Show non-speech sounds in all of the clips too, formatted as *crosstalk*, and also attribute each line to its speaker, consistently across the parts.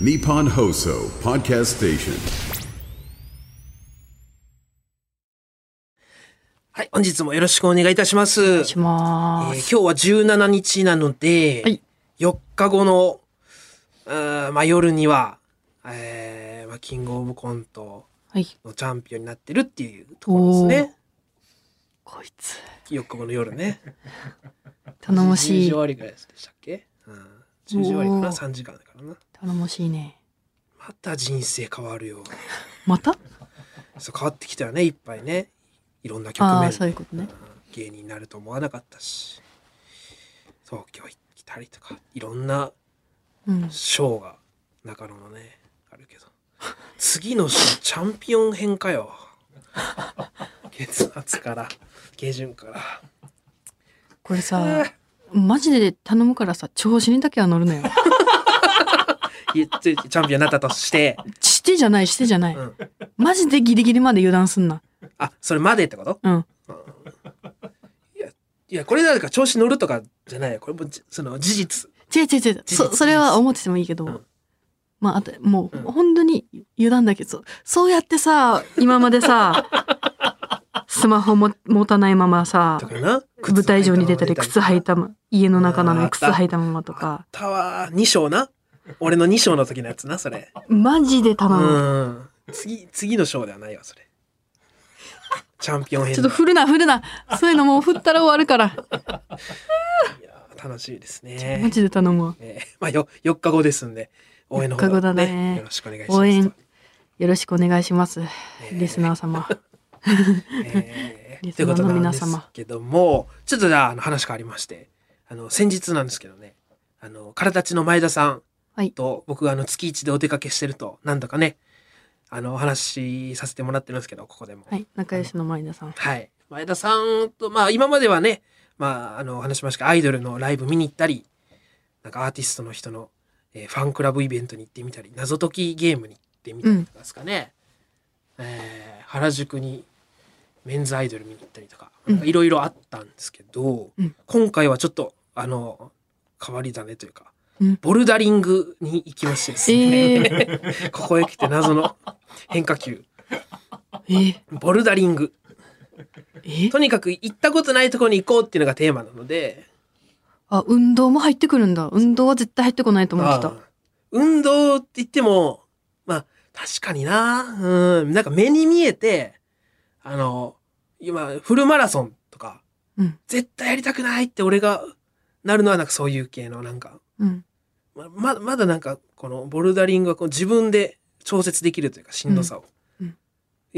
Speaker 1: Nippon Hoso Podcast Station.
Speaker 2: はい、本日もよろしくお願いいたします。
Speaker 3: しま
Speaker 2: え
Speaker 3: す。
Speaker 2: ー今日は17日なので、
Speaker 3: はい
Speaker 2: 4日後の、うーんまあ、夜には、えーまあ、キングオブコント
Speaker 3: はい。
Speaker 2: のチャンピオンになってるっていうところですね。
Speaker 3: こいつ。
Speaker 2: 4日後の夜ね。
Speaker 3: 頼もし
Speaker 2: 10
Speaker 3: い
Speaker 2: 時終。わりぐらいでしたっけ、うん、?10 時終わりかな
Speaker 3: おー
Speaker 2: ?3 時間だからな。
Speaker 3: 頼もしいね。
Speaker 2: また人生変わるよ。
Speaker 3: また
Speaker 2: そう変わってきたよね、いっぱいね。いろんな局
Speaker 3: ああ
Speaker 2: 面
Speaker 3: ー、そういうことね。
Speaker 2: 芸人になると思わなかったし東京行ったりとかいろんな
Speaker 3: うん。
Speaker 2: ショーが中野のねあるけど次の週チャンピオン編かよ *laughs* 月末から下旬から
Speaker 3: これさ、マジで頼むからさ、調子にだけは乗る
Speaker 2: *laughs*
Speaker 3: なよ。
Speaker 2: いやチャンピオンになったとして、
Speaker 3: してじゃない、してじゃない。
Speaker 2: うん、
Speaker 3: マジでギリギリまで油断すんな。
Speaker 2: あそれまでってこと
Speaker 3: うん。
Speaker 2: いやこれなんか調子乗るとかじゃないよこれもじその事実
Speaker 3: 違う違う違う。
Speaker 2: 事
Speaker 3: そ、
Speaker 2: 実
Speaker 3: それは思っててもいいけ
Speaker 2: う
Speaker 3: ど
Speaker 2: ん。
Speaker 3: まあ、あと、もう、
Speaker 2: うん
Speaker 3: 本当に油断だけど、そうそうやってさ、今ま
Speaker 2: *laughs*
Speaker 3: でさ、スマホも持たないままさ
Speaker 2: と、かな
Speaker 3: 舞台上に出たり、靴履い
Speaker 2: た
Speaker 3: たま、家の中な
Speaker 2: あーあ
Speaker 3: のに
Speaker 2: った
Speaker 3: 靴履いたままと
Speaker 2: と
Speaker 3: か、
Speaker 2: たわ2章な俺の2章の時のやつなそれ
Speaker 3: マジで頼む。
Speaker 2: うん。次、次の章ではないわ、それ。チャンピオン編
Speaker 3: ちょっと振るな振るなそういうのもう振ったら終わるから
Speaker 2: いやー楽しみです
Speaker 3: マ
Speaker 2: ね。
Speaker 3: ジで頼むわ
Speaker 2: えー *laughs* まあ、よ、4日後ですんで、応援の方、
Speaker 3: 4日後だね
Speaker 2: よろしくお願いします。
Speaker 3: 応援よろしくお願いします
Speaker 2: え
Speaker 3: リスナー様
Speaker 2: えー
Speaker 3: リ
Speaker 2: とい
Speaker 3: ス
Speaker 2: うこ
Speaker 3: ナー
Speaker 2: と
Speaker 3: の
Speaker 2: なん
Speaker 3: 皆様
Speaker 2: ですけども、ちょっとじゃあ、あの話変わりまして、あの、先日なんですけどね、あの、からたちの前田さん
Speaker 3: はい
Speaker 2: と僕があの、月一でお出かけしてると、なんだかね、あの、お話しさせてもらってるんですけど、ここでも。
Speaker 3: はい仲良しの前田さん
Speaker 2: はい。前田さんと、まあ今まではね、まああのお話ししましたがアイドルのライブ見に行ったり、なんかアーティストの人の、えーファンクラブイベントに行ってみたり、謎解きゲームに行ってみたりとかですかね。えー原宿にメンズアイドル見に行ったりとか、
Speaker 3: うん
Speaker 2: なんかいろいろあったんですけど、
Speaker 3: うん
Speaker 2: 今回はちょっと、あの、変わり種というか、
Speaker 3: うん
Speaker 2: ボルダリングに行きましてですね、
Speaker 3: え
Speaker 2: *laughs*
Speaker 3: ー、
Speaker 2: ここへ来て謎の変化球、
Speaker 3: えー、
Speaker 2: ボルダリング。
Speaker 3: えー、
Speaker 2: とにかく行ったことないところに行こうっていうのがテーマなので
Speaker 3: あ運動も入ってくるんだ運動は絶対入ってこないと思って
Speaker 2: あ
Speaker 3: た
Speaker 2: ー運動って言ってもまあ確かになうんなんか目に見えてあの今フルマラソンとか、
Speaker 3: うん
Speaker 2: 絶対やりたくないって俺がなるのはなんかそういう系のなんか
Speaker 3: うん
Speaker 2: まままだなんかこのボルダリングはこう自分で調節できるというかしんどさを、
Speaker 3: うんうん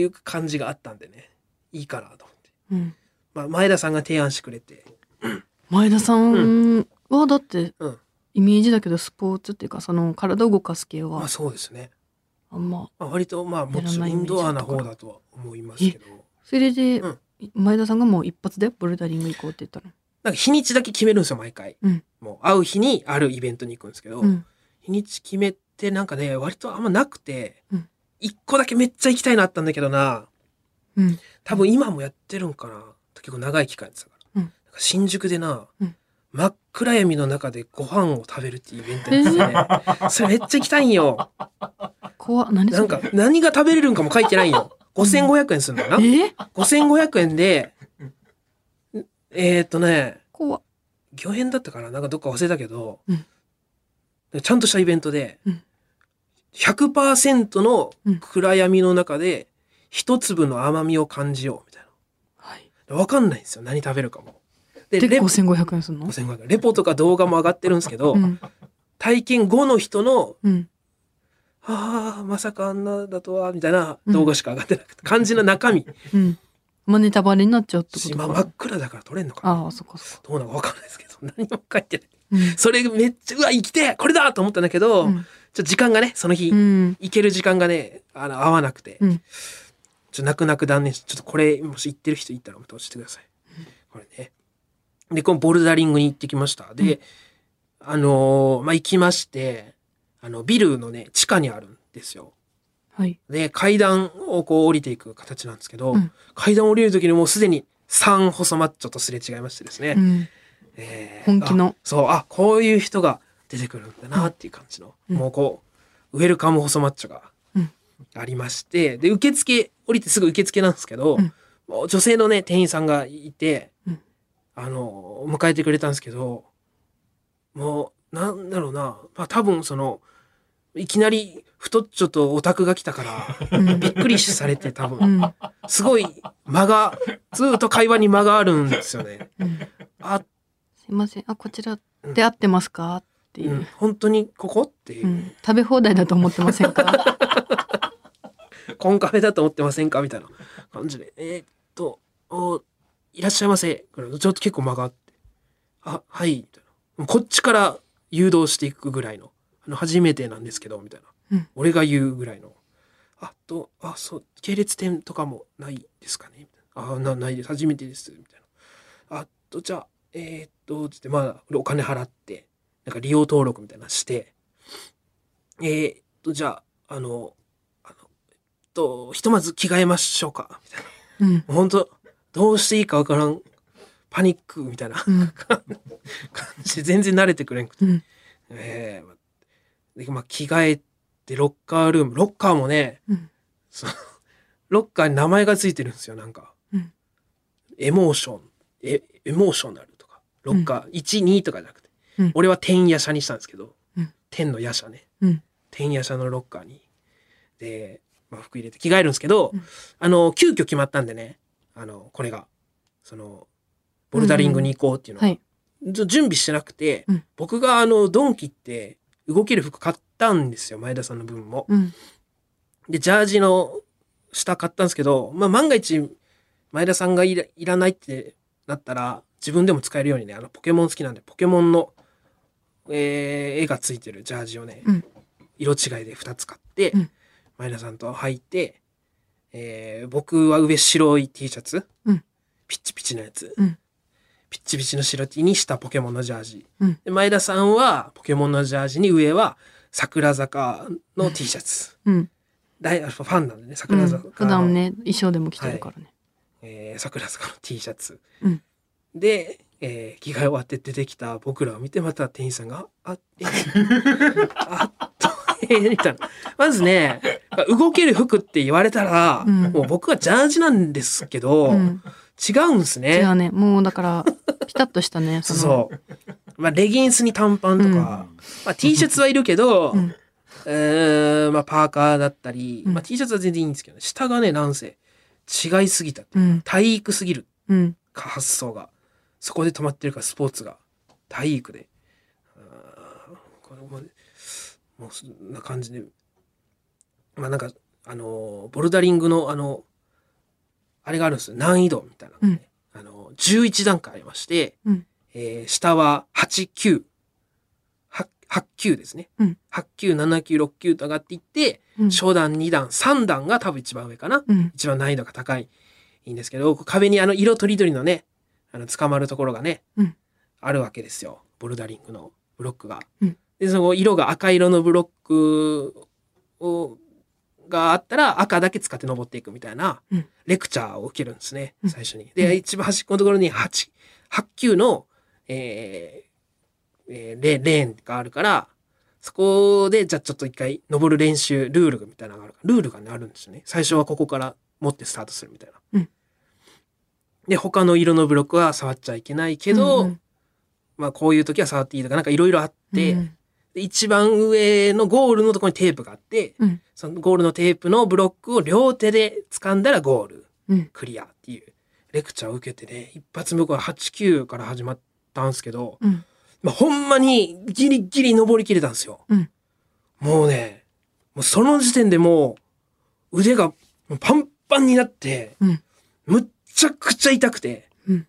Speaker 2: いう感じがあったんでねいいかなと思って、
Speaker 3: うん
Speaker 2: まあ、前田さんが提案してくれて
Speaker 3: 前田さんはだって、
Speaker 2: うん
Speaker 3: イメージだけどスポーツっていうかその体を動かす系
Speaker 2: ま
Speaker 3: は
Speaker 2: あそうですね
Speaker 3: あんま
Speaker 2: まあ、割とまあも
Speaker 3: やら
Speaker 2: ちろん
Speaker 3: ない
Speaker 2: イ
Speaker 3: イメ
Speaker 2: ン
Speaker 3: ージ
Speaker 2: ドアな方だとは思いますけど
Speaker 3: それで、
Speaker 2: うん
Speaker 3: 前田さんがもう一発でボルダリング行こうって言ったの
Speaker 2: なんか日にちだけ決めるんですよ毎回、
Speaker 3: うん
Speaker 2: もう会う日にあるイベントに行くんですけど、
Speaker 3: うん
Speaker 2: 日にち決めてなんかね割とあんまなくて、
Speaker 3: うん
Speaker 2: 一個だけめっちゃ行きたいのあったんだけどな
Speaker 3: うん
Speaker 2: 多分今もやってるんかな結構長い期間やってたから、
Speaker 3: うん
Speaker 2: なんか新宿でな、
Speaker 3: うん
Speaker 2: 真っ暗闇の中でご飯を食べるっていうイベントやってて、ね、それめっちゃ行きたいんよ
Speaker 3: 怖っ何
Speaker 2: な
Speaker 3: そ
Speaker 2: ん
Speaker 3: れ
Speaker 2: か何が食べれるんかも書いてないん
Speaker 3: *laughs*
Speaker 2: よ5500円するんだよな、
Speaker 3: えー、
Speaker 2: 5500円で、えーっとね、
Speaker 3: 怖っ
Speaker 2: 魚編だったかななんかどっか忘れたけど、
Speaker 3: うん
Speaker 2: ちゃんとしたイベントで、
Speaker 3: うん
Speaker 2: 100%の
Speaker 3: うん
Speaker 2: 暗闇の中で、一粒の甘みを感じよう、みたい
Speaker 3: はい
Speaker 2: な。わかんないんですよ。何食べるかも。で、
Speaker 3: で
Speaker 2: レポ、
Speaker 3: 5500円すんの
Speaker 2: 5500レポとか動画も上がってるんですけど、
Speaker 3: うん
Speaker 2: 体験後の人の、
Speaker 3: うん
Speaker 2: ああ、まさかあんなだとは、みたいな動画しか上がってなくて、感じの中身。
Speaker 3: うんまあネタバレになっちゃうってこと
Speaker 2: 今
Speaker 3: か
Speaker 2: 真っ暗だから撮れんのかな
Speaker 3: ああそっかそっか
Speaker 2: どうなのかわかんないですけど、何も書いてない。
Speaker 3: うん
Speaker 2: それめっちゃ、うわ、生きてえこれだと思ったんだけど、
Speaker 3: う
Speaker 2: ちょ
Speaker 3: ん
Speaker 2: っと時間がね、その日、
Speaker 3: うん
Speaker 2: 行ける時間がね、あの、合わなくて、
Speaker 3: うん
Speaker 2: ちょっと泣く泣く断念し、ちょっとこれ、もし行ってる人いたら、教えてください。これね。で、このボルダリングに行ってきました。で、あのーまあ、行きまして、あの、ビルのね、地下にあるんですよ。
Speaker 3: はい
Speaker 2: で、階段をこう降りていく形なんですけど、
Speaker 3: うん
Speaker 2: 階段を降りる時にもうすでに3細マッチョとすれ違いましてですね、
Speaker 3: うん
Speaker 2: えー
Speaker 3: 本気
Speaker 2: あ
Speaker 3: の
Speaker 2: そうあこういう人が出てくるんだなっていう感じの、
Speaker 3: うん
Speaker 2: もうこうウェルカム細マッチョが
Speaker 3: うん
Speaker 2: ありまして、で、受付、降りてすぐ受付なんですけど、
Speaker 3: うん
Speaker 2: もう女性のね、店員さんがいて、
Speaker 3: うん
Speaker 2: あの、迎えてくれたんですけど、もう、なんだろうな、まあ多分その、いきなり太っちょとオタクが来たから、
Speaker 3: うん
Speaker 2: びっくりされて多分、
Speaker 3: うん
Speaker 2: すごい間が、ずーっと会話に間があるんですよ
Speaker 3: *laughs*
Speaker 2: ね。
Speaker 3: うん
Speaker 2: あ、
Speaker 3: すいませんあこちらで合ってますかっていうう、
Speaker 2: ん、本当にここっていうう、
Speaker 3: ん、食べ放題だと思ってません *laughs* か
Speaker 2: *laughs* コンカフェだと思ってませんかみたいな感じで、えーっと、おいらっしゃいませ。ちょっと結構間があって、あ、はい、みたいな。こっちから誘導していくぐらいの、あの、初めてなんですけど、みたいな。
Speaker 3: うん
Speaker 2: 俺が言うぐらいの。あと、あ、そう、系列店とかもないですかねみたいな。あ、なないです。初めてです。みたいな。あと、じゃあ、えーっと、つって、まあ、俺お金払って、なんか利用登録みたいなのして、えーっと、じゃあ、あの、あの、えっと、ひとまず着替えましょうか。みたいな。
Speaker 3: うん
Speaker 2: もう本当どうしていいかわからん。パニックみたいな
Speaker 3: う
Speaker 2: 感
Speaker 3: ん
Speaker 2: じで、全然慣れてくれんくて。
Speaker 3: うん
Speaker 2: ええで、まあ、着替えて、ロッカールーム。ロッカーもね、
Speaker 3: うん
Speaker 2: その *laughs* ロッカーに名前がついてるんですよ、なんか。
Speaker 3: うん
Speaker 2: エモーション、えエモーショナルとか。ロッカー、1、2とかじゃなくて。
Speaker 3: うん
Speaker 2: 俺は天夜叉にしたんですけど、
Speaker 3: うん
Speaker 2: 天の夜叉ね。
Speaker 3: うん
Speaker 2: 天夜叉のロッカーに。で、まあ、服入れて着替えるんですけど、
Speaker 3: うん
Speaker 2: あの、急遽決まったんでね、あの、これが、その、ボルダリングに行こうっていうのが
Speaker 3: はい
Speaker 2: ず準備してなくて、
Speaker 3: うん
Speaker 2: 僕があの、ドンキって動ける服買ったんですよ、前田さんの分も。
Speaker 3: うん
Speaker 2: で、ジャージの下買ったんですけど、まあ、万が一、前田さんがいらいらないってなったら、自分でも使えるようにね、あの、ポケモン好きなんで、ポケモンの、えー絵がついてるジャージをね、
Speaker 3: うん
Speaker 2: 色違いで2つ買って、
Speaker 3: うん
Speaker 2: 前田さんと履いて、えー僕は上白い T シャツ、
Speaker 3: うん
Speaker 2: ピッチピチのやつ、
Speaker 3: うん
Speaker 2: ピッチピチの白 T に下ポケモンのジャージ、
Speaker 3: うん
Speaker 2: で前田さんはポケモンのジャージに上は桜坂の T シャツ、
Speaker 3: うん
Speaker 2: 大ファンなんでね
Speaker 3: う
Speaker 2: 桜
Speaker 3: ん
Speaker 2: 坂の、
Speaker 3: 普段ね衣装でも着てるからね、
Speaker 2: えー桜坂の T シャツ、
Speaker 3: うん
Speaker 2: で、えー着替え終わって出てきた僕らを見てまた店員さんが「あ
Speaker 3: *laughs*
Speaker 2: えあっとえーみたいなまずね動ける服って言われたら、
Speaker 3: うん
Speaker 2: もう僕はジャージなんですけど、
Speaker 3: うん
Speaker 2: 違うんですね
Speaker 3: 違うねもうだからピタッとしたね
Speaker 2: そ
Speaker 3: *laughs* そうの
Speaker 2: そう、まあ、レギンスに短パンとか、
Speaker 3: うん
Speaker 2: まあ、T シャツはいるけど、
Speaker 3: うん
Speaker 2: えーまあ、パーカーだったり、
Speaker 3: うん
Speaker 2: まあ、T シャツは全然いいんですけど、下がねなんせ違いすぎたっていうう、
Speaker 3: ん
Speaker 2: 体育すぎる
Speaker 3: うん
Speaker 2: か発想がそこで止まってるからスポーツが体育であーこれももうそんな感じでまあなんかあのーボルダリングのあのあれがあるんですよ難易度みたいなのがね、あのー11段階ありまして、
Speaker 3: うん
Speaker 2: えー下は8989級ですね、
Speaker 3: うん
Speaker 2: 8級7級6級と上がっていって、
Speaker 3: うん
Speaker 2: 初段2段3段が多分一番上かな、
Speaker 3: うん
Speaker 2: 一番難易度が高いんですけど、壁にあの色とりどりのね、あの捕まるところがね、
Speaker 3: うん
Speaker 2: あるわけですよ。ボルダリングのブロックが。
Speaker 3: うん
Speaker 2: で、その色が赤色のブロックを、があったら赤だけ使って登っていくみたいな
Speaker 3: うん
Speaker 2: レクチャーを受けるんですね、
Speaker 3: うん
Speaker 2: 最初に。
Speaker 3: う
Speaker 2: で、
Speaker 3: ん
Speaker 2: 一番端っこのところに8、8球の、えーえーレレーンがあるから、そこで、じゃあちょっと一回登る練習、ルールみたいなのがあるから、ルールがね、あるんですよね。最初はここから持ってスタートするみたいな。
Speaker 3: うん
Speaker 2: で、他の色のブロックは触っちゃいけないけど、
Speaker 3: うん
Speaker 2: まあこういう時は触っていいとか、なんかいろいろあって、
Speaker 3: うん
Speaker 2: で一番上のゴールのところにテープがあって、
Speaker 3: うん
Speaker 2: そのゴールのテープのブロックを両手で掴んだらゴール、
Speaker 3: うん
Speaker 2: クリアっていうレクチャーを受けてね、一発目は8、9から始まったんですけど、
Speaker 3: うん
Speaker 2: まあ、ほんまにギリギリ登りきれたんですよ。
Speaker 3: うん
Speaker 2: もうね、もうその時点でもう腕がパンパンになって、
Speaker 3: うん
Speaker 2: むっちゃくちゃ痛くて、
Speaker 3: うん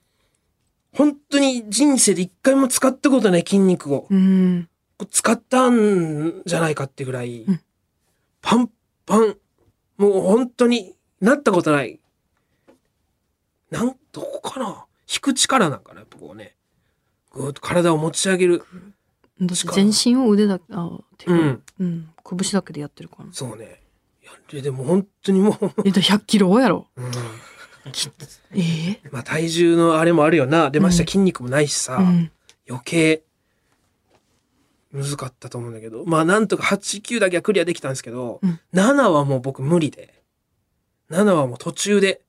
Speaker 2: 本当に人生で一回も使ったことない筋肉を
Speaker 3: うん
Speaker 2: 使ったんじゃないかってぐらい、
Speaker 3: うん
Speaker 2: パンパン、もう本当になったことない。なん、どこかな引く力なんかな、やっぱこうね。ぐーっと体を持ち上げる。
Speaker 3: 私全身を腕だけあ手
Speaker 2: う
Speaker 3: が
Speaker 2: ん。
Speaker 3: うん、拳だけでやってるから
Speaker 2: そうね。いやででも本当にもう、
Speaker 3: えっと100キロやろ *laughs*
Speaker 2: うん
Speaker 3: ええ
Speaker 2: まあ体重のあれもあるよな。出ました、
Speaker 3: うん
Speaker 2: 筋肉もないしさ、
Speaker 3: うん
Speaker 2: 余計、むずかったと思うんだけど、まあなんとか8、9だけはクリアできたんですけど、
Speaker 3: うん
Speaker 2: 7はもう僕無理で、7はもう途中で、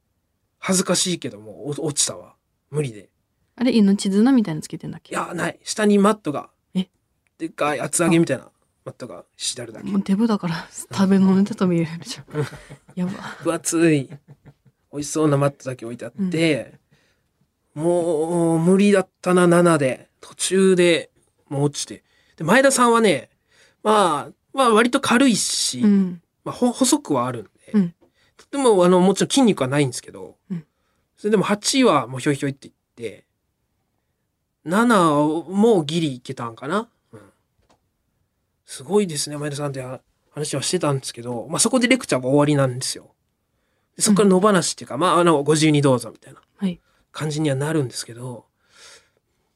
Speaker 2: 恥ずかしいけどもうお落ちたわ。無理で。
Speaker 3: あれ命綱みたいなのつけてんだっ
Speaker 2: い
Speaker 3: け
Speaker 2: や、ない。下にマットが、
Speaker 3: え
Speaker 2: でっかい厚揚げみたいなマットが敷いてあるだけ
Speaker 3: も。うデブだから食べ物で食べれるじゃん *laughs* やば
Speaker 2: 分厚い、美味しそうなマットだけ置いてあって、もう無理だったな、7で。途中でもう落ちて。で、前田さんはね、まあ、まあ割と軽いし、
Speaker 3: うん
Speaker 2: まあ、ほ細くはあるんで、
Speaker 3: うん
Speaker 2: とてもあのもちろん筋肉はないんですけど、
Speaker 3: うん
Speaker 2: それでも8はもうひょいひょいっていって7もうギリいけたんかな、うんすごいですね前田さんって話はしてたんですけど、まあ、そこでレクチャーは終わりなんですよでそこから野放しっていうか、まああのご自由にどうぞみたいな
Speaker 3: はい
Speaker 2: 感じにはなるんですけど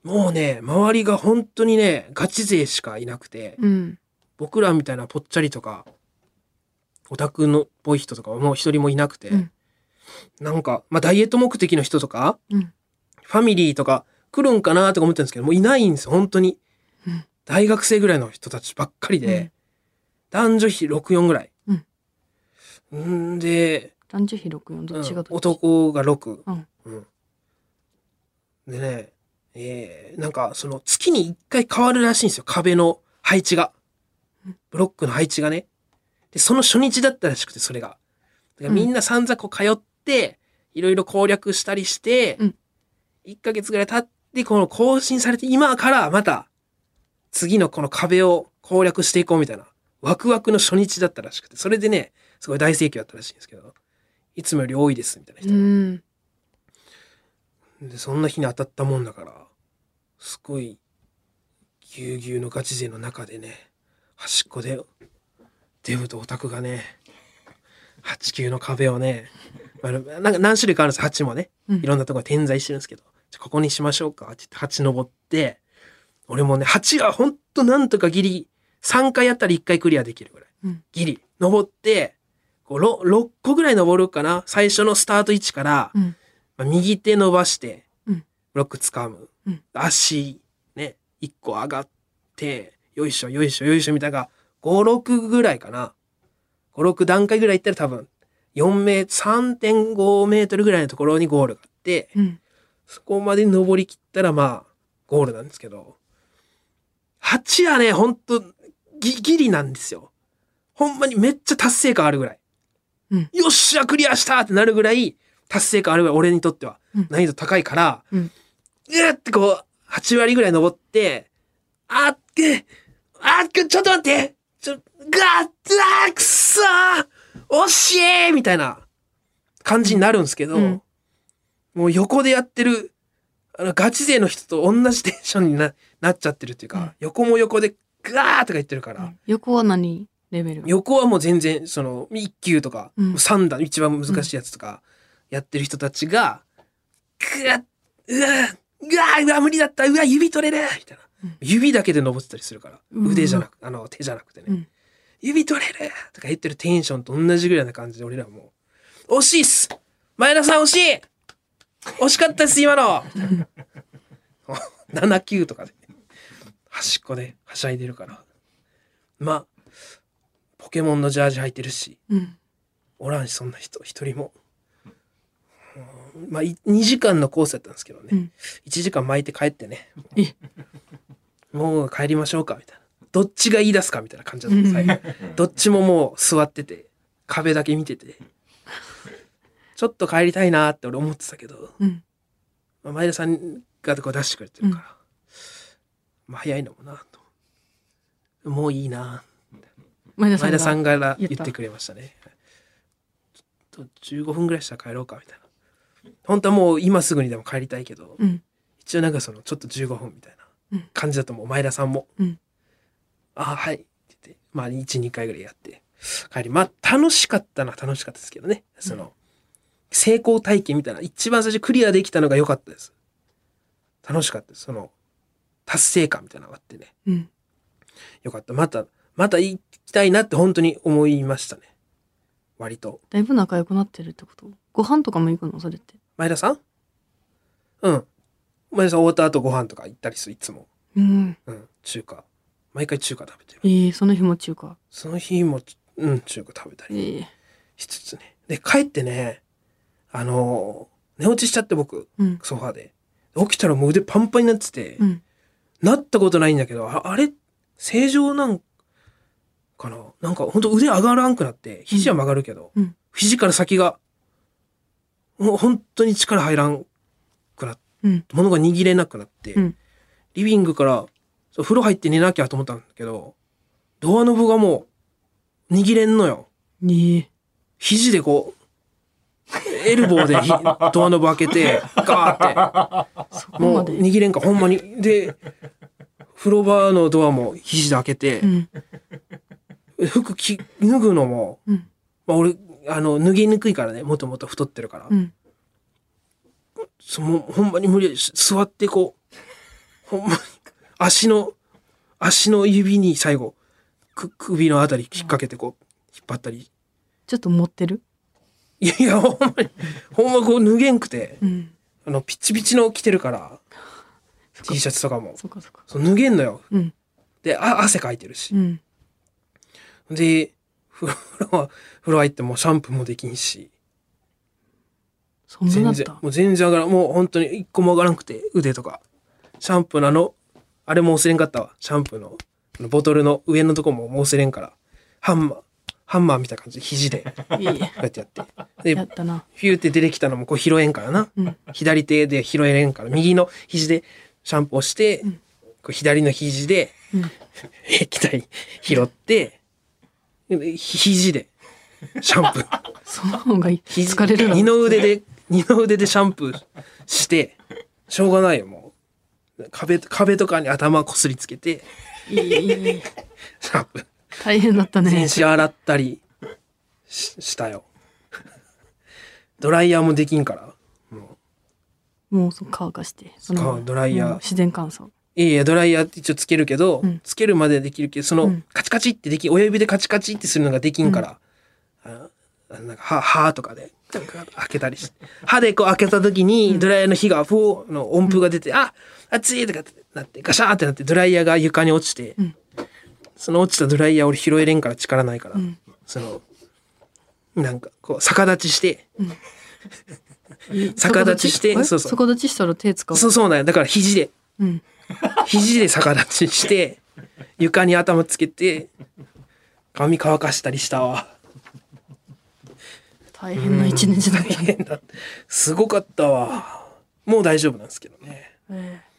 Speaker 2: もうね周りが本当にねガチ勢しかいなくて、
Speaker 3: うん
Speaker 2: 僕らみたいなぽっちゃりとかオタクのっぽい人とかはもう一人もいなくて、
Speaker 3: うん
Speaker 2: なんか、まあ、ダイエット目的の人とか
Speaker 3: うん
Speaker 2: ファミリーとか来るんかなとか思ってたんですけどもういないんですよ本当に、
Speaker 3: うん
Speaker 2: 大学生ぐらいの人たちばっかりで、
Speaker 3: うん
Speaker 2: 男女比64ぐらい、
Speaker 3: うん
Speaker 2: うんで
Speaker 3: 男女比64どっちがどっち、
Speaker 2: うん男が6、
Speaker 3: うん
Speaker 2: でねえーなんかその月に1回変わるらしいんですよ壁の配置が
Speaker 3: うん
Speaker 2: ブロックの配置がねでその初日だったらしくてそれがだからみんな散々こう通って、いろいろ攻略したりして、
Speaker 3: うん
Speaker 2: 1ヶ月ぐらい経ってこの更新されて今からまた次のこの壁を攻略していこうみたいなワクワクの初日だったらしくてそれでねすごい大盛況だったらしいんですけどいつもより多いですみたいな人
Speaker 3: う、ん
Speaker 2: でそんな日に当たったもんだからすごいぎゅうぎゅうのガチ勢の中でね端っこでデブとオタクがね8級の壁をね、まあ、なんか何種類かあるんです8もね
Speaker 3: うん
Speaker 2: いろんなところに点在してるんですけど、じゃあここにしましょうかって言って8登って俺もね8はほんとなんとかギリ3回やったら1回クリアできるぐらい、
Speaker 3: うん
Speaker 2: ギリ登ってこう 6, 個ぐらい登るかな最初のスタート位置から、
Speaker 3: うん
Speaker 2: まあ、右手伸ばして、
Speaker 3: うん
Speaker 2: ブロック掴む、
Speaker 3: うん
Speaker 2: 足ね1個上がってよいしょよいしょよいしょみたいな56ぐらいかな56段階ぐらいいったら多分4メ3.5メートルぐらいのところにゴールがあって、
Speaker 3: うん
Speaker 2: そこまで登りきったらまあゴールなんですけど8はねほんとギギリなんですよほんまにめっちゃ達成感あるぐらい、
Speaker 3: うん
Speaker 2: よっしゃクリアしたってなるぐらい達成感あるぐらい俺にとっては
Speaker 3: うん
Speaker 2: 難易度高いから、
Speaker 3: うん
Speaker 2: うわってこう8割ぐらい登ってあっけあっけちょっと待ってちょガッツあーくそー惜しいみたいな感じになるんですけど、
Speaker 3: うん
Speaker 2: もう横でやってるあのガチ勢の人と同じテンションにな *laughs* なっちゃってるっていうか、
Speaker 3: うん
Speaker 2: 横も横でガーとか言ってるから、
Speaker 3: 横は何レベル
Speaker 2: 横はもう全然その1級とか、
Speaker 3: うん
Speaker 2: 3段一番難しいやつとかやってる人たちが「ぐわっうわっうわうわ無理だったうわ指取れる!」みたいな、
Speaker 3: うん
Speaker 2: 指だけで登ってたりするから
Speaker 3: うわ
Speaker 2: 腕じゃなくあの手じゃなくてね、
Speaker 3: うん
Speaker 2: 指取れる!」とか言ってるテンションと同じぐらいな感じで俺らもう「惜しいっす前田さん惜しい惜しかったっす今の! *laughs* みたいな」7級とかで、端っこではしゃいでるからまあポケモンのジャージ履いてるし
Speaker 3: うん
Speaker 2: おらんしそんな人一人も、うんまあい2時間のコースだったんですけどね、
Speaker 3: うん
Speaker 2: 1時間巻いて帰ってね
Speaker 3: え
Speaker 2: もう帰りましょうかみたいなどっちが言い出すかみたいな感じだった最後どっちももう座ってて壁だけ見ててちょっと帰りたいなって俺思ってたけど、
Speaker 3: うん
Speaker 2: まあ前田さんがこう出してくれてるから、まあ早いのもなともういいな
Speaker 3: 前田さん
Speaker 2: 前田さん
Speaker 3: が
Speaker 2: から
Speaker 3: 言
Speaker 2: 言
Speaker 3: った
Speaker 2: ってくれましたね。ちょっと15分ぐらいしたら帰ろうかみたいな。本当はもう今すぐにでも帰りたいけど、
Speaker 3: うん
Speaker 2: 一応なんかそのちょっと15分みたいな
Speaker 3: うん
Speaker 2: 感じだと思う前田さんも。
Speaker 3: うん
Speaker 2: ああはいって言ってまあ12回ぐらいやって帰りまあ楽しかったのは楽しかったですけどねその、成功体験みたいな一番最初クリアできたのが良かったです。楽しかったですその達成感みたいなのがあってね。
Speaker 3: うん
Speaker 2: よかった。また、また行きたいなって本当に思いましたね。割と。
Speaker 3: だいぶ仲良くなってるってことご飯とかも行くのそれって
Speaker 2: 前田さんうん。前田さん終わった後ご飯とか行ったりする、いつも。
Speaker 3: うん
Speaker 2: うん。中華。毎回中華食べてる。
Speaker 3: ええその日も中華。
Speaker 2: その日も、うん、中華食べたり
Speaker 3: ええ
Speaker 2: しつつね。で、帰ってね、あのー寝落ちしちゃって僕、
Speaker 3: うん。
Speaker 2: ソファーで。起きたらもう腕パンパンになってて、
Speaker 3: うん。
Speaker 2: なったことないんだけど、ああれ、正常なんかななんか本当腕上がらんくなって、肘は曲がるけど、
Speaker 3: うん
Speaker 2: 肘から先が、もう本当に力入らんくなって、
Speaker 3: うん。
Speaker 2: 物が握れなくなって、
Speaker 3: うん
Speaker 2: リビングから、そう風呂入って寝なきゃと思ったんだけど、ドアノブがもう、握れんのよ。
Speaker 3: ええ
Speaker 2: 肘でこう、エルボーでひドアノブ開けて、ガーって。
Speaker 3: そこ
Speaker 2: も
Speaker 3: ま
Speaker 2: う
Speaker 3: で。
Speaker 2: 握れんかほんまに。で、風呂場のドアも肘で開けて
Speaker 3: う、ん。
Speaker 2: 服着、脱ぐのも、
Speaker 3: うん。
Speaker 2: まあ俺、あの、脱ぎにくいからね、もともと太ってるから
Speaker 3: う。ん。
Speaker 2: そのほんまに無理やりし座ってこう、ほんまに、足の、足の指に最後、く、首のあたり引っ掛けてこう、引っ張ったり。
Speaker 3: ちょっと持ってる。
Speaker 2: いやいや、ほんまに、ほんまこう脱げんくて、
Speaker 3: うん。
Speaker 2: あの、ピチピチの着てるから、T シャツとかも。
Speaker 3: そっかそっか。
Speaker 2: そう脱げんのよ。
Speaker 3: うん。
Speaker 2: で、あ、汗かいてるし
Speaker 3: う。ん。
Speaker 2: で、風呂は、風呂入ってもうシャンプーもできんし、
Speaker 3: そんなだ
Speaker 2: 全
Speaker 3: っ
Speaker 2: 然、
Speaker 3: た。
Speaker 2: もう全然上がらん、もう本当に一個も上がらんくて、腕とか。シャンプーのあの、あれも忘れんかったわ。シャンプーの、あのボトルの上のとこももう忘れんから、ハンマー、ハンマーみたいな感じで肘で、こ
Speaker 3: いいう
Speaker 2: やってや
Speaker 3: *laughs*
Speaker 2: って。で
Speaker 3: やっ、たな。
Speaker 2: ピューって出てきたのもこう拾えんからな。
Speaker 3: うん。
Speaker 2: 左手で拾えれんから、右の肘でシャンプーをして、
Speaker 3: ん
Speaker 2: こう左の肘で
Speaker 3: うん。
Speaker 2: 液体拾って、でひ肘でシャンプー。
Speaker 3: その方がいい
Speaker 2: 肘
Speaker 3: 疲れる
Speaker 2: 二
Speaker 3: な。
Speaker 2: の腕で、二の腕でシャンプーして、しょうがないよ、もう。壁、壁とかに頭こすりつけて、
Speaker 3: いいいい
Speaker 2: シャンプー。
Speaker 3: 大変だったね
Speaker 2: 全。身洗ったりししたよ。ドライヤーもできんから。も
Speaker 3: もうそう乾かして。そ
Speaker 2: 乾ドライヤー
Speaker 3: うん自然乾燥。
Speaker 2: ういやいや、ドライヤーって一応つけるけど、
Speaker 3: うん
Speaker 2: つけるまではできるけど、その、
Speaker 3: うん
Speaker 2: カチカチってでき、親指でカチカチってするのができんから、ああなんか歯、歯とかで、なんか開けたりして。歯でこう開けた時に、ドライヤーの火が、ふォーの音符が出て、あ熱いとかってなって、ガシャーってなって、ドライヤーが床に落ちて、
Speaker 3: うん
Speaker 2: その落ちたドライヤー俺拾えれんから力ないから、
Speaker 3: ん
Speaker 2: その、なんかこう逆立ちして、
Speaker 3: いい
Speaker 2: 逆立ちして
Speaker 3: え
Speaker 2: そうそう
Speaker 3: 逆立ちしたら手使う。
Speaker 2: そうそうなんや。だから肘で、
Speaker 3: うん。
Speaker 2: 肘で逆立ちして、床に頭つけて、髪乾かしたりしたわ。
Speaker 3: 大変な一日だったね。
Speaker 2: すごかったわ。もう大丈夫なんですけどね。
Speaker 3: ええ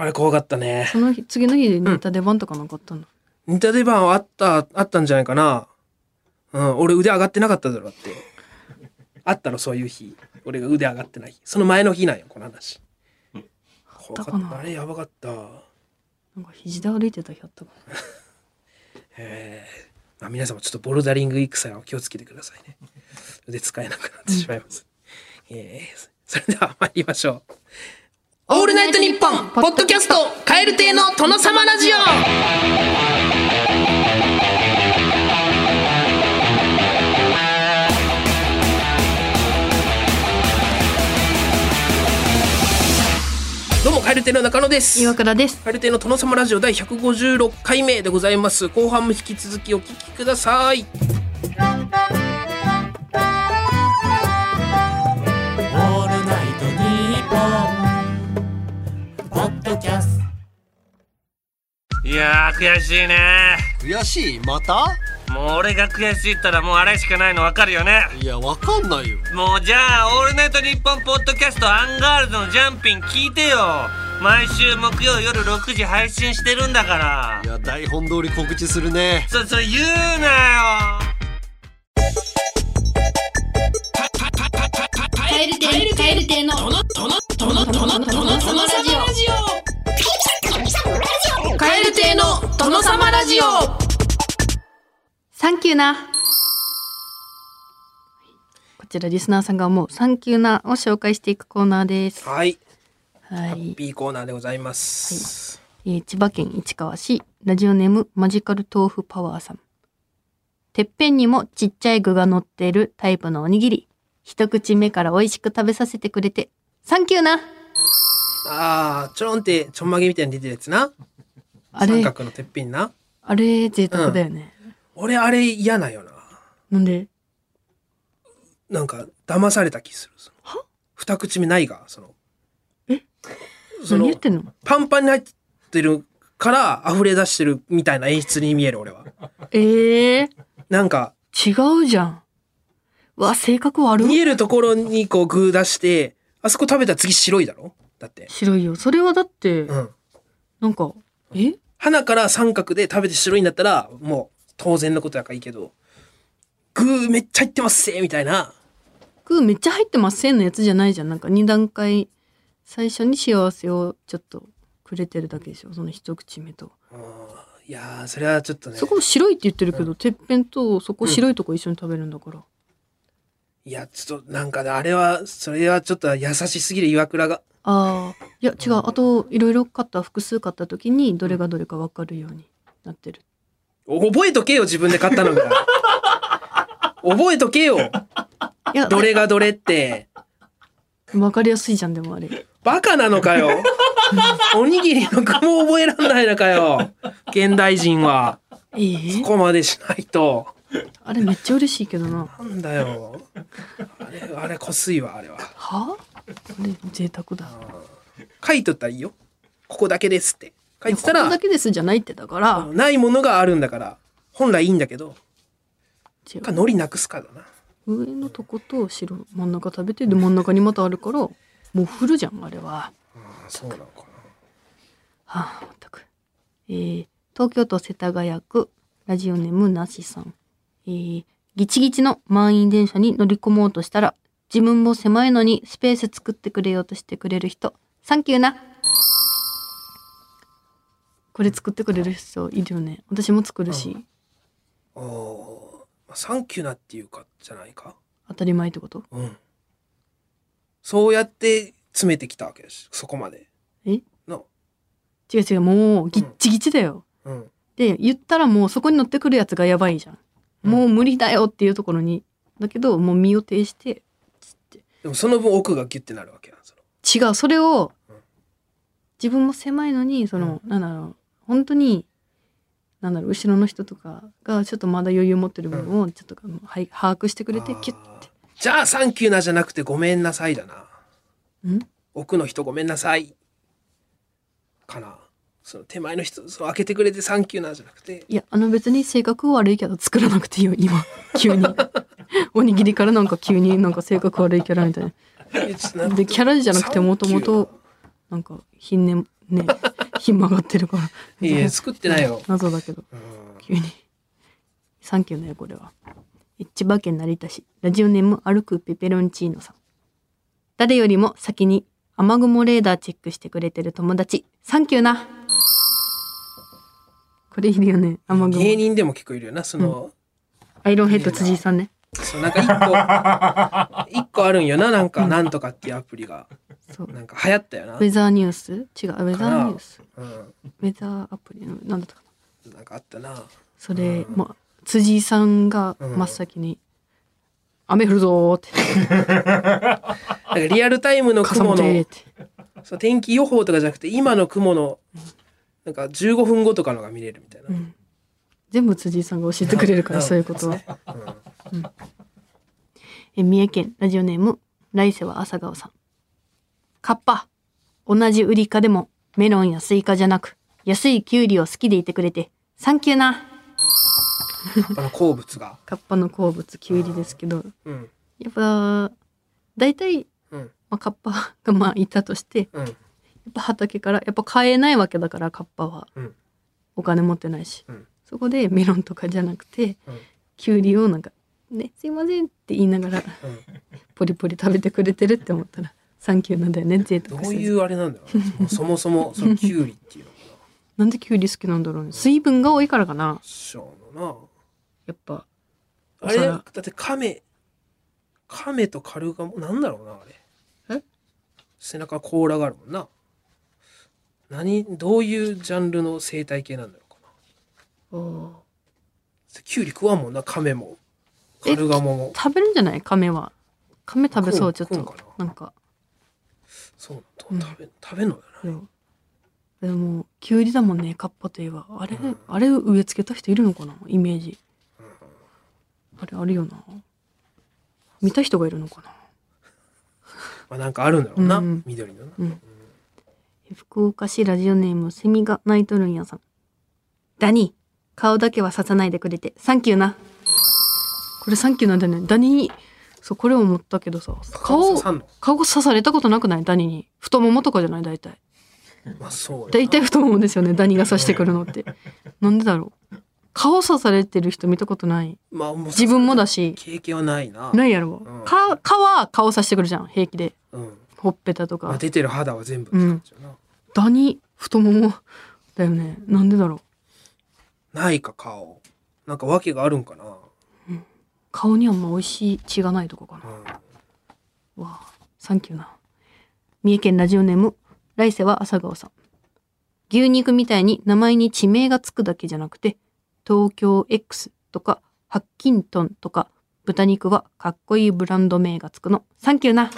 Speaker 2: あれ怖かったね。
Speaker 3: その日、次の日で寝た出番とかなかったの。
Speaker 2: 似た出番はあった、あったんじゃないかな。うん、俺腕上がってなかっただろだって。あったろ、そういう日。俺が腕上がってない日。その前の日なんよ、この話。怖
Speaker 3: たか
Speaker 2: か
Speaker 3: な
Speaker 2: った。あれやばかった。
Speaker 3: なんか肘で歩いてた日あったかな
Speaker 2: ええまあ、皆さんもちょっとボルダリング行く際は気をつけてください *laughs* ね。腕使えなくなってしまいます。 *laughs* ええそれでは参りましょう。オールナイトニッポンポッドキャストカエル亭の殿様ラジオどうもカエル亭の中野です。
Speaker 3: 岩倉です。
Speaker 2: カルテの殿様ラジオ第156回目でございます後半も引き続きお聞きください
Speaker 4: 「オールナイトニッポン」「ポッドキャス
Speaker 5: いやー悔しいね
Speaker 6: 悔しいまた
Speaker 5: もう俺が悔しいったらもうあれしかないの分かるよね
Speaker 6: いやわかんないよ
Speaker 5: もうじゃあ「オールナイトニッポン」ポッドキャストアンガールズのジャンピン聞いてよ毎週木曜夜6時配信してるんだから
Speaker 6: いや台本通り告知するね
Speaker 5: そそれ言うなよ
Speaker 2: カエル亭の殿様ラジオ
Speaker 3: サンキューな。こちらリスナーさんが思うサンキューなを紹介していくコーナーです。
Speaker 2: はい、
Speaker 3: は
Speaker 2: ハ
Speaker 3: い
Speaker 2: ッ。ピーコーナーでございます、
Speaker 3: えー千葉県市川市ラジオネームマジカル豆腐パワーさんてっぺんにもちっちゃい具が乗ってるタイプのおにぎり一口目から美味しく食べさせてくれてサンキューな
Speaker 2: あーちょろんってちょんまげみたいに出てるやつな
Speaker 3: あ
Speaker 2: 三
Speaker 3: れ、
Speaker 2: 角のてっぺんな。
Speaker 3: あれ贅沢だよね。
Speaker 2: 俺、あれ嫌なんよな。
Speaker 3: なんで
Speaker 2: なんか、騙された気する。その二口目ないが、その。えそ
Speaker 3: 何
Speaker 2: の
Speaker 3: 言っ、てんの
Speaker 2: パンパンに入ってるから溢れ出してるみたいな演出に見える、俺は。
Speaker 3: ええ
Speaker 2: なんか、
Speaker 3: 違うじゃん。うわ、性格悪
Speaker 2: 見
Speaker 3: い。
Speaker 2: えるところにこう具出して、あそこ食べたら次白いだろだって。
Speaker 3: 白いよ。それはだって、
Speaker 2: うん。
Speaker 3: なんか、え
Speaker 2: 花から三角で食べて白いんだったら、もう当然のことやからいいけど、具めっちゃ入ってますせみたいな。
Speaker 3: 具めっちゃ入ってませんのやつじゃないじゃん。なんか2段階、最初に幸せをちょっとくれてるだけでしょ。その一口目と。
Speaker 2: うんいやー、それはちょっとね
Speaker 3: そ。こ白いって言ってるけど、てっぺんとそこ白いとこ一緒に食べるんだから。
Speaker 2: いや、ちょっとなんかねあれは、それはちょっと優しすぎる岩倉が。
Speaker 3: ああ、いや違う。あと、いろいろ買った、複数買った時に、どれがどれか分かるようになってる。
Speaker 2: 覚えとけよ、自分で買ったのが。 *laughs* 覚えとけよ、
Speaker 3: いや、
Speaker 2: どれがどれって。
Speaker 3: 分かりやすいじゃん、でもあれ。
Speaker 2: バカなのかよ。おにぎりの具も覚えらんないのかよ。現代人は。
Speaker 3: ええ
Speaker 2: そこまでしないと。
Speaker 3: あれめっちゃ嬉しいけどな。
Speaker 2: なんだよ。あれ、あれ、こすいわ、あれは。
Speaker 3: はあれ贅沢だ。
Speaker 2: 書いとったらいいよ。ここだけですって。書いてた
Speaker 3: ここ
Speaker 2: ら
Speaker 3: だ、けですじゃないってだから。
Speaker 2: ないものがあるんだから、本来いいんだけど、
Speaker 3: 違
Speaker 2: か、
Speaker 3: う
Speaker 2: ノリなくすかだな。
Speaker 3: 上のとこと白真ん中食べてで真ん中にまたあるからもうフルじゃんあれは。
Speaker 2: あそうなのか
Speaker 3: はあまったく。えー、東京都世田谷区ラジオネームなしさん。えー、ギチギチの満員電車に乗り込もうとしたら自分も狭いのにスペース作ってくれようとしてくれる人サンキューなこれ作ってくれる人いるよね私も作るし、
Speaker 2: な。おーまあサンキューなっていうか、じゃないか。
Speaker 3: 当たり前ってこと
Speaker 2: うん。そうやって詰めてきたわけです。そこまで。
Speaker 3: え
Speaker 2: の。
Speaker 3: 違う違うもうギッチギチだよ、
Speaker 2: うん。
Speaker 3: で言ったらもうそこに乗ってくるやつがやばいじゃん、
Speaker 2: うん
Speaker 3: もう無理だよっていうところにだけどもう身を挺して
Speaker 2: でもその分奥がギュッてなるわけやん。その
Speaker 3: 違うそれを
Speaker 2: うん
Speaker 3: 自分も狭いのにその、なんだろう本当になんだろう後ろの人とかがちょっとまだ余裕持ってる部分をちょっと、はい、把握してくれてキュッ
Speaker 2: あーじゃあ、サンキューなじゃなくて、ごめんなさいだな。
Speaker 3: ん
Speaker 2: 奥の人ごめんなさい。かな。その手前の人、そう開けてくれてサンキューなじゃなくて。
Speaker 3: いやあの別に性格悪いけど作らなくていいよ今
Speaker 2: *laughs*
Speaker 3: 急におにぎりからなんか急になんか性格悪いキャラみたいなでキャラじゃなくてもともとなんかひんねね *laughs* ひん曲がってるから
Speaker 2: いや作ってないよ。
Speaker 3: 謎だけど
Speaker 2: うん
Speaker 3: 急にサンキューだよこれは千葉県成田市ラジオネーム歩くペペロンチーノさん誰よりも先に雨雲レーダーチェックしてくれてる友達サンキューなこれいるよね雨
Speaker 2: 芸
Speaker 3: 雲
Speaker 2: 人でも結構いるよな。その、
Speaker 3: アイロンヘッド辻井さんね
Speaker 2: そうなんか一個、
Speaker 3: *laughs*
Speaker 2: 一個あるんよな。なんか、なんとかっていうアプリが。
Speaker 3: そう
Speaker 2: なんか流行ったよな
Speaker 3: ウ。ェザーニュース違うウェザーニュース
Speaker 2: うん。
Speaker 3: ウェザーアプリのなんだったかな
Speaker 2: なんかあったな。
Speaker 3: それ、もう辻井さんが真っ先に「雨降るぞ」って
Speaker 2: なんかリアルタイム
Speaker 3: 「
Speaker 2: の
Speaker 3: 傘
Speaker 2: 雲
Speaker 3: 持て」
Speaker 2: の、
Speaker 3: って
Speaker 2: その天気予報とかじゃなくて、今の雲の、なんか15分後とかのが見れるみたいな。
Speaker 3: 全部辻井さんが教えてくれるか
Speaker 2: う
Speaker 3: ら
Speaker 2: ん
Speaker 3: そういうことは、うんえ三重県ラジオネーム来世は朝顔さんカッパ同じ売りかでもメロンやスイカじゃなく安いキュウリを好きでいてくれてサンキューな
Speaker 2: あの好物が。
Speaker 3: カッパの好物キュウリですけど
Speaker 2: うん。
Speaker 3: やっぱ大体、
Speaker 2: うん。
Speaker 3: まあ、カッパがまあいたとしてや
Speaker 2: うん。
Speaker 3: っぱ畑からやっぱ買えないわけだからカッパは
Speaker 2: うん。
Speaker 3: お金持ってないし、
Speaker 2: うん
Speaker 3: そこでメロンとかじゃなくて、
Speaker 2: うん
Speaker 3: キュウリをなんか「ねすいません」って言いながら
Speaker 2: うん
Speaker 3: ポリポリ食べてくれてるって思ったら「サンキューなんだよね贅
Speaker 2: ど
Speaker 3: 沢
Speaker 2: う
Speaker 3: して
Speaker 2: い
Speaker 3: る
Speaker 2: うあれなんだろうな
Speaker 3: *laughs*
Speaker 2: そのそもそもそのキュウリっていうのかな
Speaker 3: なんでキュウリ好きなんだろうね水分が多いからかな
Speaker 2: しょうの
Speaker 3: やっぱ
Speaker 2: なあれ
Speaker 3: お皿
Speaker 2: だって亀亀とカルガモなんだろうなあれ
Speaker 3: え
Speaker 2: 背中甲羅があるもんな何どういうジャンルの生態系なんだろうかな
Speaker 3: 食
Speaker 2: キュウリ食わんもんな亀もカルガモも
Speaker 3: べるんじゃない亀は亀食べそうちょっ
Speaker 2: 食う
Speaker 3: と
Speaker 2: 食うのか
Speaker 3: なんか
Speaker 2: そうどう食べ,、食べんのだ
Speaker 3: いやでもキュウリだもんねカッパといえばあれ、あれ植え付けた人いるのかなイメージあれあるよな見た人がいるのかな
Speaker 2: まあ、なんかあるんだろうな、
Speaker 3: うん
Speaker 2: 緑のな、
Speaker 3: 福岡市ラジオネームセミが泣いとるんやさんダニー顔だけは刺さないでくれてサンキューなこれサンキューなんだよねダニーにそうこれ思ったけどさ顔
Speaker 2: 刺さんの
Speaker 3: 顔刺されたことなくないダニーに太ももとかじゃない大体
Speaker 2: まあそうよな
Speaker 3: 大体太ももですよねダニーが刺してくるのってなんでだろう顔刺されてる人見たことない
Speaker 2: まあもう
Speaker 3: 自分もだし
Speaker 2: 経験はないな、
Speaker 3: ないやろ
Speaker 2: うん
Speaker 3: か顔は顔刺してくるじゃん平気で
Speaker 2: うん
Speaker 3: ほっぺたと
Speaker 2: まあ、
Speaker 3: か
Speaker 2: 出てる肌は全部って感じよな、
Speaker 3: ダニー太ももだよねなんでだろう
Speaker 2: ないか顔なんか訳があるんかな、
Speaker 3: 顔にあんま美味しい血がないとこかな
Speaker 2: うん
Speaker 3: わあサンキューな三重県ラジオネーム来世は朝顔さん牛肉みたいに名前に地名がつくだけじゃなくて東京 X とかハッキントンとか豚肉はかっこいいブランド名がつくのサンキューな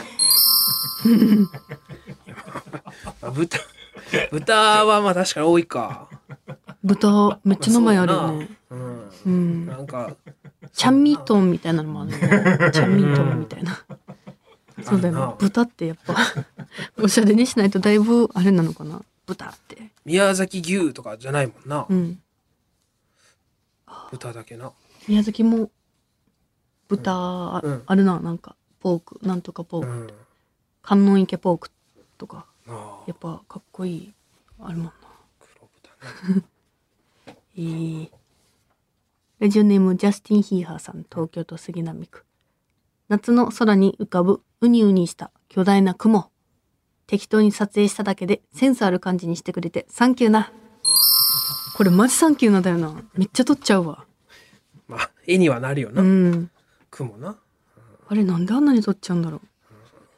Speaker 2: あ豚 *laughs* 豚はまあ確かに多いか、
Speaker 3: 豚めっちゃ名前あるよね
Speaker 2: うん、
Speaker 3: うん
Speaker 2: なんか
Speaker 3: チャンミートンみたいなのもある
Speaker 2: *laughs*
Speaker 3: ねチャンミートンみたいなそうだよね豚ってやっぱおしゃれにしないとだいぶあれなのかな豚って
Speaker 2: 宮崎牛とかじゃないもんな、
Speaker 3: うん
Speaker 2: 豚だけな
Speaker 3: 宮崎も豚あ,、
Speaker 2: うん
Speaker 3: るななんかポークなんとかポー
Speaker 2: う
Speaker 3: ク、
Speaker 2: ん
Speaker 3: 観音池ポークとか
Speaker 2: ああ
Speaker 3: やっぱかっこいいあるもんな
Speaker 2: 黒豚ね
Speaker 3: *laughs* えーラジオネームジャスティン・ヒーハーさん東京都杉並区夏の空に浮かぶウニウニした巨大な雲適当に撮影しただけでセンスある感じにしてくれてサンキューなこれマジサンキューなだよなめっちゃ撮っちゃうわ
Speaker 2: まあ絵にはなるよな、
Speaker 3: うん
Speaker 2: 雲な
Speaker 3: あれなんであんなに撮っちゃうんだろ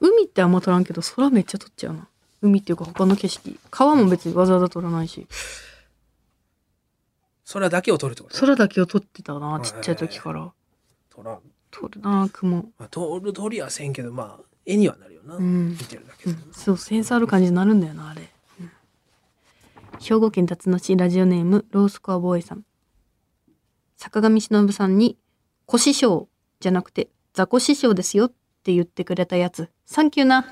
Speaker 3: う海ってあんま撮らんけど空めっちゃ撮っちゃうな海っていうか他の景色川も別にわざわざ撮らないし
Speaker 2: 空だけを撮るってことね
Speaker 3: 空だけを撮ってたなちっちゃい時から
Speaker 2: 撮らん、
Speaker 3: 撮るな雲
Speaker 2: まあ、撮る撮りはせんけどまあ絵にはなるよな、
Speaker 3: うん
Speaker 2: 見てるだけで、
Speaker 3: そうセンスある感じになるんだよなあれ、うん兵庫県辰野市ラジオネームロースコアボーイさん坂上忍さんに「小師匠」じゃなくて「雑魚師匠ですよ」って言ってくれたやつサンキューな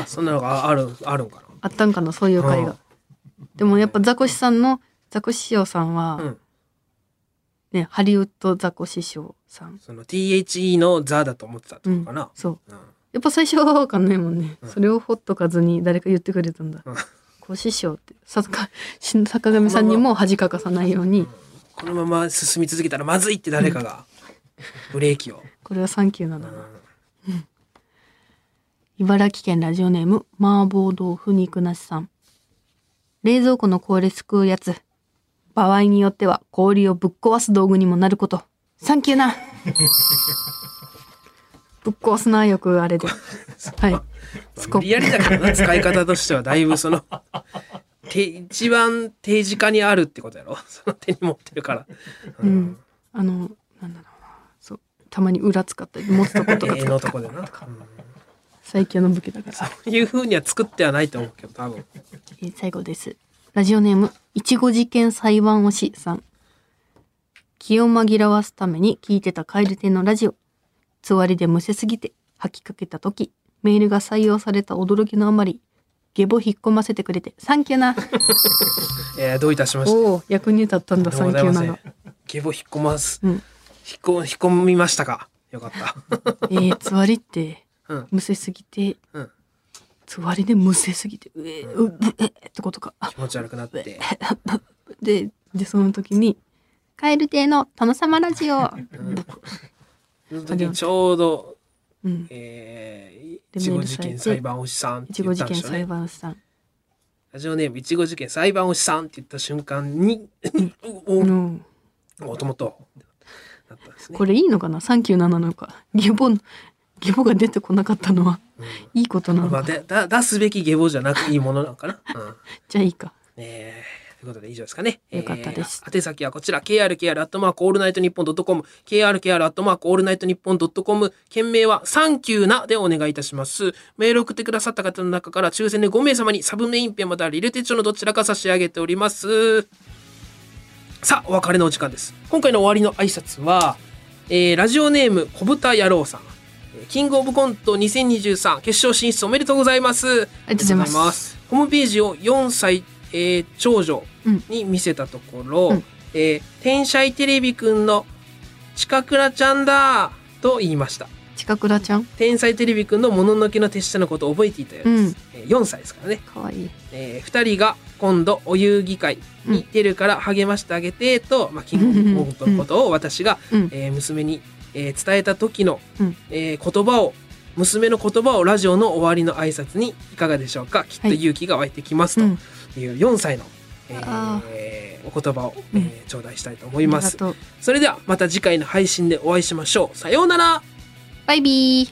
Speaker 2: あそんなのがああるあるんか
Speaker 3: あったんかなそういう会が、でもやっぱザコシさんのザコシ師匠さんは、
Speaker 2: なうん
Speaker 3: ねハリウッドザコシ師匠さん
Speaker 2: その THE の「ザ」だと思ってたってことかな、
Speaker 3: そう
Speaker 2: うん
Speaker 3: やっぱ最初は分かんないもんね、
Speaker 2: うん
Speaker 3: それをほっとかずに誰か言ってくれたんだ、
Speaker 2: うん
Speaker 3: こう師匠ってさか *laughs* し坂上さんにも恥かかさないように
Speaker 2: このまま進み続けたらまずいって誰かがブレーキを、
Speaker 3: これはサンキューなんだ
Speaker 2: う
Speaker 3: な、
Speaker 2: ん
Speaker 3: 茨城県ラジオネーム麻婆豆腐肉なしさん冷蔵庫の氷すくうやつ場合によっては氷をぶっ壊す道具にもなることサンキュ
Speaker 2: *laughs*
Speaker 3: ーなぶっ壊すなよく
Speaker 2: *laughs*
Speaker 3: あれではいスコ
Speaker 2: 無理や
Speaker 3: ッ
Speaker 2: りだからな使い方としてはだいぶそ
Speaker 3: *laughs*
Speaker 2: のて一番手近にあるってことやろ *laughs* その手に持ってるから、
Speaker 3: プ、うん、あのなんだろうなそうたまに裏使ったり持つとことか
Speaker 2: 絵
Speaker 3: 使
Speaker 2: の
Speaker 3: っ
Speaker 2: と
Speaker 3: た
Speaker 2: こでな、
Speaker 3: 最強の武器だから
Speaker 2: うんいうふうには作ってはないと思うけど多分
Speaker 3: えー最後です。ラジオネーム、いちご事件裁判推しさん。気を紛らわすために聞いてた蛙亭のラジオ。つわりでむせすぎて吐きかけた時、メールが採用された驚きのあまり、下ボ引っ込ませてくれて、サンキューな。
Speaker 2: えーどういたしまして
Speaker 3: おお、役に立ったんだ、
Speaker 2: で
Speaker 3: サ
Speaker 2: ご
Speaker 3: ンキ
Speaker 2: ざい
Speaker 3: ュー
Speaker 2: ま
Speaker 3: な
Speaker 2: せ
Speaker 3: の
Speaker 2: ん。ゲボ引っ込ます、
Speaker 3: うん
Speaker 2: 引っ込引っ込みましたかよかった
Speaker 3: *laughs* えー、つわりって
Speaker 2: うん、
Speaker 3: むせすぎて、
Speaker 2: うん
Speaker 3: つわりでむせすぎて、うえー、うぶえーってことか。
Speaker 2: 気持ち悪くなって
Speaker 3: *laughs* で、で、その時に、蛙亭の殿様ラジ *laughs* オ。
Speaker 2: その時にちょうど
Speaker 3: うん
Speaker 2: えーい
Speaker 3: で
Speaker 2: ちご
Speaker 3: メール
Speaker 2: 事
Speaker 3: されて
Speaker 2: 件裁判おじさんっ
Speaker 3: い
Speaker 2: て
Speaker 3: ち
Speaker 2: 言
Speaker 3: ご
Speaker 2: った
Speaker 3: 事
Speaker 2: んで
Speaker 3: 件
Speaker 2: しょうね
Speaker 3: 裁判士さん。
Speaker 2: ラジオネームいちご事件裁判おじさんって言った瞬間に *laughs* 「お
Speaker 3: うん、
Speaker 2: おともと」なったんですね。
Speaker 3: これいいのかな397なのか下ボ下ボが出てこなかったのは
Speaker 2: うん
Speaker 3: いいことなの
Speaker 2: まあ、
Speaker 3: か
Speaker 2: でだ出すべき下坊じゃなくいいものなのかな。うん、
Speaker 3: じゃあいいか
Speaker 2: ねえということで以上ですかね。
Speaker 3: よかったです
Speaker 2: えー宛先はこちら、krkr アットマークオールナイトニッポンドットコム、krkr アットマークオールナイトニッポンドットコム、件名はサンキューなでお願いいたします。メールを送ってくださった方の中から抽選で5名様にサブメインペンまたはリル手帳のどちらか差し上げております。さあ、お別れのお時間です。今回の終わりの挨拶は、えーラジオネーム、小豚野郎さん。えーキングオブコント2023決勝進出おめでとうございます。。
Speaker 3: ありがとうございます
Speaker 2: ホームページを4歳、えー長女に見せたところ、
Speaker 3: うん
Speaker 2: えー天才テレビくんの近倉ちゃんだと言いました。
Speaker 3: 近倉ちゃん
Speaker 2: 天才テレビくんのもののけの手下のことを覚えていたようです。えー4歳ですからね。
Speaker 3: かわいい
Speaker 2: え2人が今度お遊戯会に出るから励ましてあげてと、まあ、
Speaker 3: *laughs*
Speaker 2: キングオブコントのことを私が、
Speaker 3: うん
Speaker 2: えー娘に、えー伝えた時の、
Speaker 3: うん
Speaker 2: えー言葉を娘の言葉をラジオの終わりの挨拶にいかがでしょうかきっと
Speaker 3: はい
Speaker 2: 勇気が湧いてきます
Speaker 3: うん
Speaker 2: という4歳の、えー
Speaker 3: あ
Speaker 2: お言葉を、え
Speaker 3: うん
Speaker 2: ー頂戴したいと思
Speaker 3: あ
Speaker 2: い
Speaker 3: り
Speaker 2: ま
Speaker 3: が
Speaker 2: す。
Speaker 3: とう
Speaker 2: それではまた次回の配信でお会いしましょう。さようなら
Speaker 3: バイビー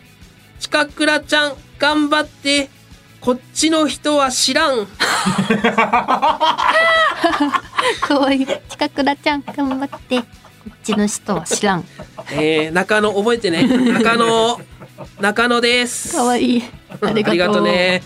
Speaker 2: 近倉ちゃん頑張ってこっちの人は知らん
Speaker 3: かわいい近倉ちゃん頑張ってこっちの人は知らん
Speaker 2: えー、中野覚えてね中野中野です *laughs*
Speaker 3: かわいいありがとう
Speaker 2: ありがとうね